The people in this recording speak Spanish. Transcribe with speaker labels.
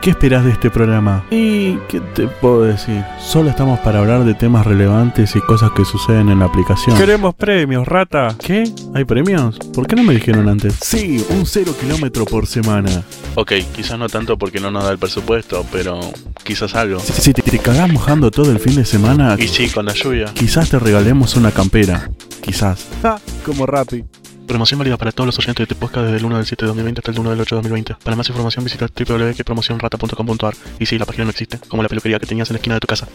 Speaker 1: ¿Qué esperás de este programa? Y qué te puedo decir, solo estamos para hablar de temas relevantes y cosas que suceden en la aplicación.
Speaker 2: Queremos premios, rata.
Speaker 1: ¿Qué? ¿Hay premios? ¿Por qué no me dijeron antes? Sí, un cero kilómetro por semana. Ok, quizás no tanto porque no nos da el presupuesto, pero quizás algo. Si, si te, te cagás mojando todo el fin de semana,
Speaker 2: Y sí, con la lluvia.
Speaker 1: quizás te regalemos una campera. Quizás.
Speaker 2: Ja, como Rappi.
Speaker 3: Promoción válida para todos los oyentes de este podcast desde el 1 del 7 de 2020 hasta el 1 del 8 de 2020. Para más información visita www.promocionrata.com.ar Y sí, la página no existe, como la peluquería que tenías en la esquina de tu casa.